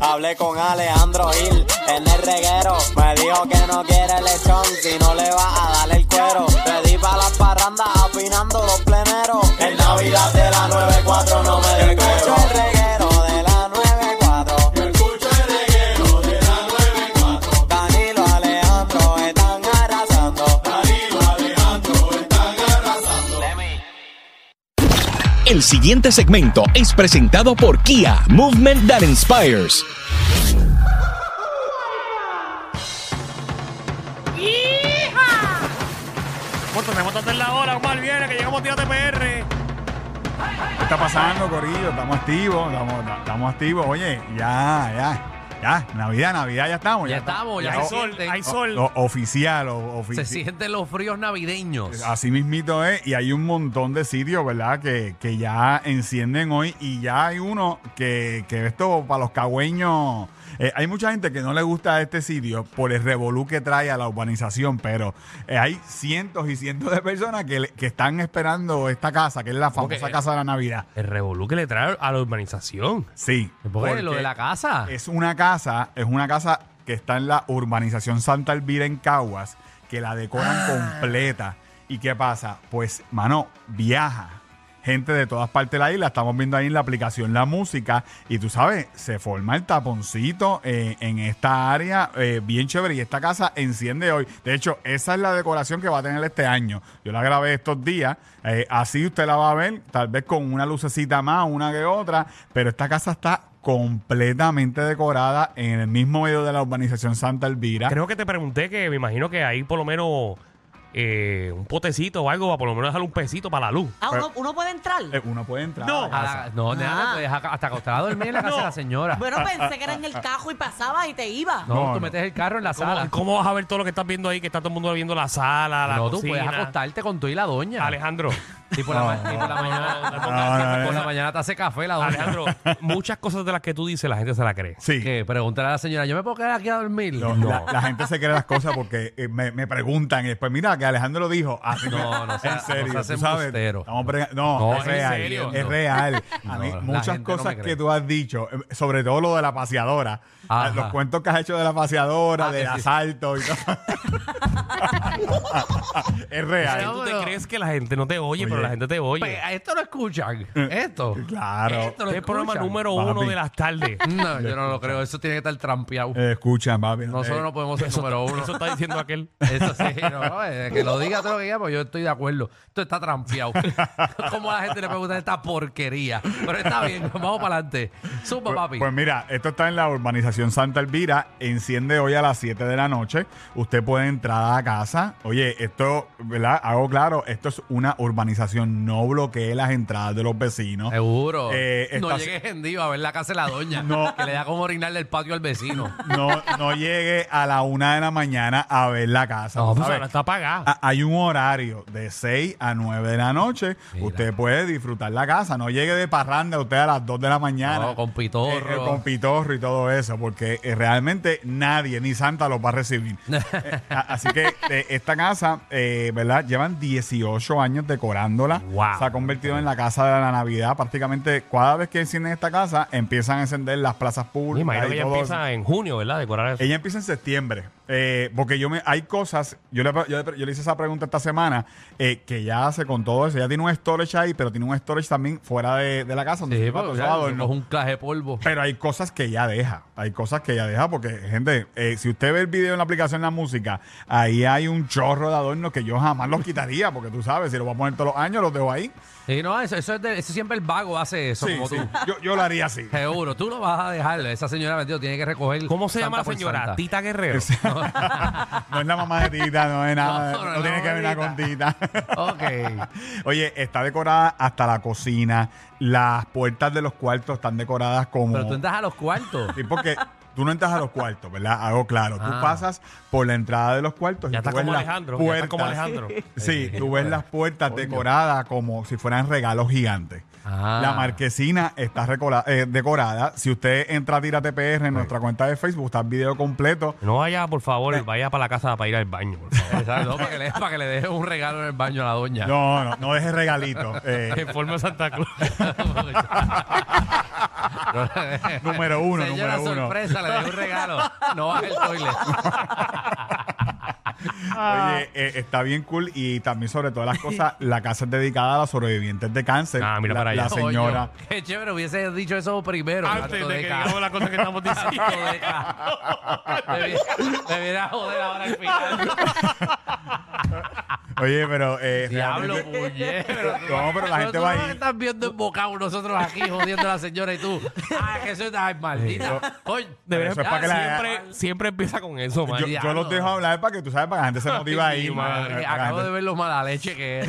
hablé con Alejandro Gil en el reguero. Me dijo que no quiere lechón si no le va a dar el cuero. Le di pa' las parrandas afinando los pleneros. En Navidad de la 94 no me descuero. el reguero de la 94. Yo escucho el reguero de la 94. Danilo Alejandro están arrasando. Danilo Alejandro están arrasando. El siguiente segmento es presentado por Kia, Movement That Inspires. Bueno, tenemos que en la hora, Omar viene, que llegamos tía TPR. ¿Qué está pasando, Corillo? Estamos activos, estamos, estamos activos. Oye, ya, ya, ya. Navidad, Navidad, ya estamos. Ya estamos, ya Hay se sol, siente. hay O- sol. o- oficial, o, Se oficial. sienten los fríos navideños. Así mismito es, y hay un montón de sitios, ¿verdad? Que, que ya encienden hoy y ya hay uno que, que esto para los cagüeños. eh, hay mucha gente que no le gusta este sitio por el revolú que trae a la urbanización, pero eh, hay cientos y cientos de personas que, le- que están esperando esta casa, que es la ¿Cómo que? famosa casa de la Navidad. El revolú que le trae a la urbanización. Sí. Porque lo de la casa. Es una casa, es una casa que está en la urbanización Santa Elvira en Caguas, que la decoran completa. ¿Y qué pasa? Pues, mano, viaja. Gente de todas partes de la isla, estamos viendo ahí en la aplicación la música y tú sabes, se forma el taponcito eh, en esta área eh, bien chévere y esta casa enciende hoy. De hecho, esa es la decoración que va a tener este año. Yo la grabé estos días, eh, así usted la va a ver, tal vez con una lucecita más, una que otra, pero esta casa está completamente decorada en el mismo medio de la urbanización Santa Elvira. Creo que te pregunté que me imagino que hay por lo menos eh, un potecito o algo para por lo menos dejar un pesito para la luz. Ah, uno, uno puede entrar. Eh, Uno puede entrar. No. a la A casa. la- no, nada, Ah. te deja hasta acostada a dormir en la casa de la señora. Bueno, ah, pensé que era en el cajo y pasaba y te iba. No, No, tú no. metes el carro en la ¿Cómo, sala. cómo vas a ver todo lo que estás viendo ahí? Que está todo el mundo viendo la sala, la no, tú cocina. puedes acostarte con tú y la doña. Alejandro, Y por la, ma- y por la mañana, no, por no. la mañana te hace café la doña. Alejandro, muchas cosas de las que tú dices la gente se la cree. Sí. Que pregúntale a la señora, ¿yo me puedo quedar aquí a dormir? No, La, la gente se cree las cosas porque eh, me, me preguntan y después, mira, que Alejandro lo dijo. Así No, me- no sea- en serio, no seas tú sabes, embustero. estamos brega- no, No, es en real, serio, es no. real. A mí, No, la muchas gente no me cosas que cree. tú has dicho, eh, sobre todo lo de la paseadora, Ajá. los cuentos que has hecho de la paseadora, Ah, del que sí. asalto y todo. es real. Tú te crees que la gente no te oye, Oye. pero la gente te Pe- oye. Esto lo escuchan. Esto. Claro. Esto Este lo es el programa escuchan. número uno Papi. de las tardes. No, yo no lo creo. Eso tiene que estar trampeado. Eh, escucha, papi. Nosotros eh, no podemos ser número uno. Eso está diciendo aquel. Eso sí, no, no, eh, que lo diga todo lo que diga, pues yo estoy de acuerdo. Esto está trampeado. ¿Cómo a la gente le pregunta esta porquería? Pero está bien, vamos para adelante. Zumba, Pues- papi. Pues mira, esto está en la urbanización Santa Elvira. Enciende hoy a las 7 de la noche. Usted puede entrar a casa. Oye, esto, ¿verdad? Hago claro, esto es una urbanización. No bloquee las entradas de los vecinos. Seguro. Eh, no esta- llegues en diva a ver la casa de la doña. Que le da como orinarle el patio al vecino. No, no llegue a la una de la mañana a ver la casa. No, ¿tú pues sabes? ahora está apagada. A- Hay un horario de 6 a 9 de la noche. Mira. Usted puede disfrutar la casa. No llegue de parranda usted a las 2 de la mañana. No, con pitorro. Eh, eh, con pitorro y todo eso, porque eh, realmente nadie, ni Santa, los va a recibir. Eh, a- así que eh, esta casa, eh, ¿verdad? Llevan 18 años decorándola. Wow. Se ha convertido en la casa de la Navidad. Prácticamente cada vez que encienden esta casa, empiezan a encender las plazas Me públicas. imagino y que ella todo eso. empieza en junio, ¿verdad? Decorar eso. Ella empieza en septiembre. eh, porque yo me, hay cosas, yo le, yo le- yo le hice esa pregunta esta semana, eh, que ya hace con todo eso. Ella tiene un storage ahí, pero tiene un storage también fuera de, de la casa. donde Sí, se va todo porque eso ya, adorno. es un caje de polvo. Pero hay cosas que ya deja. Hay cosas que ya deja porque, gente, eh, si usted ve el video en la aplicación La Música, ahí hay un chorro de adornos que yo jamás los quitaría porque tú sabes, si lo voy a poner todos los años, los dejo ahí. Sí, no, eso, eso, es de- eso siempre el vago hace eso, Sí, como sí. tú. Yo, yo lo haría así. Seguro, tú lo vas a dejar. Esa señora bendito tiene que recoger. ¿Cómo se llama la Santa por señora? Santa. Tita Guerrero. No es la mamá de Tita, no es nada. No, No, no es la tiene que ver nada mamá con de Tita. Ok. Oye, está decorada hasta la cocina. Las puertas de los cuartos están decoradas como. Pero tú entras a los cuartos. Sí, porque tú no entras a los cuartos, ¿verdad? Hago claro. Tú Ah. pasas por la entrada de los cuartos Ya y tú está ves como las Alejandro. Ya puertas. está como Alejandro. Sí, Sí. tú ves las puertas decoradas como si fueran regalos gigantes. Ah. La marquesina está recola- eh, decorada. Si usted entra a Tírate PR en nuestra cuenta de Facebook, está el video completo. No vaya, por favor, vaya para la casa para ir al baño. por favor. Exacto, para que le, para que le deje un regalo en el baño a la doña. No, no, no deje regalito. Eh, En forma de Santa Cruz. número uno, Señora número uno. sorpresa, le dejé un regalo. No baje el toilet. Oye, eh, está bien cool y también sobre todas las cosas, la casa es dedicada a los sobrevivientes de cáncer. Ah, mira la, para allá. la señora. Coño, qué chévere, hubiese dicho eso primero. Antes Tanto de que ca- digamos la cosa que estamos diciendo. tanto de ca- Me viene- me viene a joder ahora al final. Oye, pero. eh, Diablo, realmente- puñe. pero- No, pero la gente Nosotros va nos ahí. están viendo embocados nosotros aquí jodiendo a la señora y tú. Ah, que eso está ay, maldita. Coño, Debería Eso es para que la- siempre, siempre empieza con eso, man. Yo, yo los dejo hablar para que tú sabes, para que la gente se motive ahí. Sí, para- madre, para que la Acabo gente- de ver lo mala leche que es.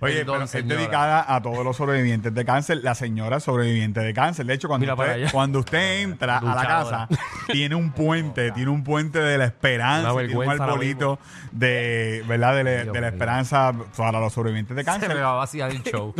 Oye, Perdón, pero es señora. dedicada a todos los sobrevivientes de cáncer. La señora es sobreviviente de cáncer. De hecho, cuando, Mira para usted, allá. cuando usted entra a la Luchadora. casa, tiene un puente, tiene un puente de la esperanza, Una tiene un vergüenza ahora mismo. arbolito de, ¿verdad? De, la- Dios de la mío. esperanza para los sobrevivientes de Se me cáncer. va a vaciar el show.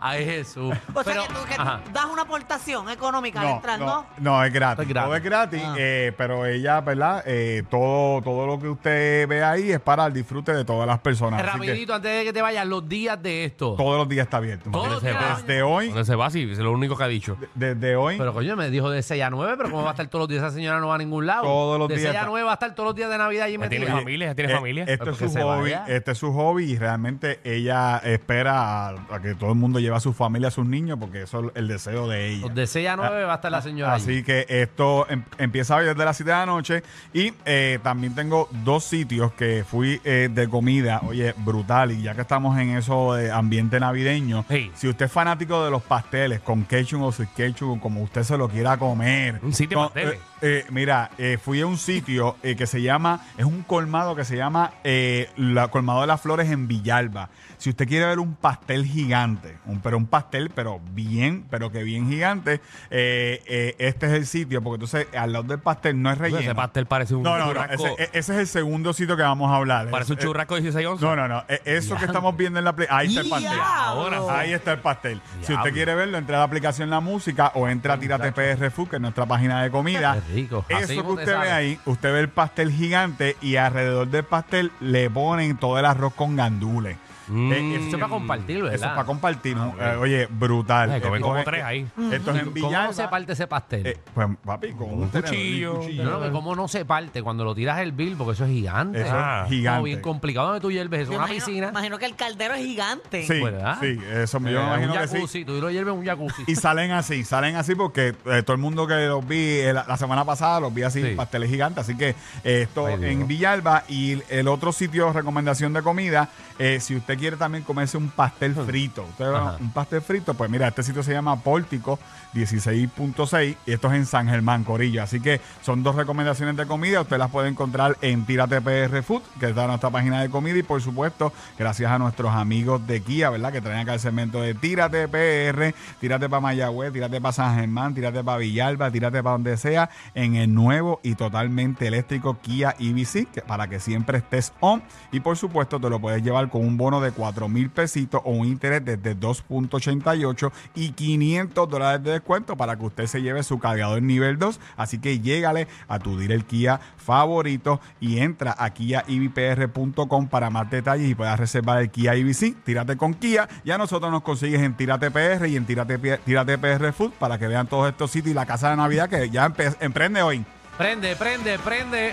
Ay, Jesús. O Pero, sea que tú, que tú ajá. das una aportación económica al No, entrar, ¿no? no, no, es gratis. Es Pues gratis. Todo es gratis, eh, pero ella, ¿verdad? Eh, todo, todo lo que usted ve ahí es para el disfrute de todas las personas. Así que rapidito, antes de que te vayas, los días de esto. todos los días está abierto. Todos los días. Desde hoy, Donde se va, sí, es lo único que ha dicho. desde hoy. Pero coño, me dijo de 6 a 9, pero ¿cómo va a estar todos los días? Esa señora no va a ningún lado. Todos los de días De 6 a está. 9 va a estar todos los días de Navidad allí Ya tiene metida. familia, ya tiene Eh, familia. Este Pues es que su se hobby, vaya. este es su hobby y realmente ella espera a, a que todo el mundo lleve a su familia, a sus niños, porque eso es el deseo de ella. Los de 6 a 9 va a estar la señora allí. Así que esto em- empieza hoy desde las 7 de la noche. Y eh, también tengo dos sitios que fui eh, de comida, oye, brutal. Y ya que estamos en eso de ambiente navideño, Sí. si usted es fanático de los pasteles con ketchup o sin ketchup, como usted se lo quiera comer. Un sitio de con- pasteles. eh, eh, mira, eh, fui a un sitio eh, que se llama, es un colmado que se llama eh, la Colmado de las Flores en Villalba. Si usted quiere ver un pastel gigante, un, pero un pastel, pero bien, pero que bien gigante, eh, eh, este es el sitio, porque entonces al lado del pastel no es relleno. Ese pastel parece un no, no, no, churrasco. ese, e- ese es el segundo sitio que vamos a hablar. parece un Es- es- churrasco de 16 onzas. No, no, no, e- eso que estamos viendo en la... play- Ahí está el pastel. Diablo. Ahora Ahí está el pastel. Si Diablo. usted quiere verlo, entra a la aplicación La Música o entra a Tírate PR Food, que es nuestra página de comida. Qué rico. Eso Así que mismo te usted ve sale. ahí, usted ve el pastel gigante y alrededor del pastel le ponen todo el arroz con gandules. Mm. Eh, Eso es para compartir, ¿verdad? Ah, Eso es para compartir. ¿no? Eh, oye, brutal. Ay, comen Esto como es- tres ahí. Esto es en ¿Cómo Villalba. no se parte ese pastel? Eh, pues, papi, con un, tenedor y cuchillo. un cuchillo. no, no, que cómo no se parte cuando lo tiras el bill, porque eso es gigante. Eso Ah. es Como bien gigante. complicado donde tú hierves eso, Yo una imagino- piscina. Imagino que el caldero es gigante. Sí, ¿Verdad? sí, eso me- yo eh, me un imagino que jacuzzi, sí. tú lo hierves en un jacuzzi. Y salen así, salen así porque eh, todo el mundo que los vi eh, la, la semana pasada los vi así, Sí. pasteles gigantes. Así que eh, esto Ay, Dios. en Villalba y el- el otro sitio, recomendación de comida, eh, si usted quiere también comerse un pastel frito, usted ve Hmm. Ajá. un pastel frito, pues mira, este sitio se llama Pórtico 16.6 y esto es en San Germán, Corillo. Así que son dos recomendaciones de comida, usted las puede encontrar en Tírate PR Food, que está en nuestra página de comida y por supuesto, gracias a nuestros amigos de Kia, ¿verdad? Que traen acá el segmento de Tírate PR, Tírate para Mayagüez, Tírate para San Germán, Tírate para Villalba, Tírate para donde sea, en el nuevo y totalmente eléctrico Kia EV6, que- para que siempre estés on y por supuesto te lo puedes llevar con un bono de 4 mil pesitos o un interés desde 2.88 y 500 dólares de descuento para que usted se lleve su cargador nivel 2. Así que llégale a tu dealer Kia favorito y entra a kiaibpr.com para más detalles y puedas reservar el Kia IBC. Tírate con Kia y a nosotros nos consigues en Tírate PR y en Tírate, Pi- Tírate PR Food para que vean todos estos sitios y la casa de Navidad que ya empe- emprende hoy. Prende, prende, prende.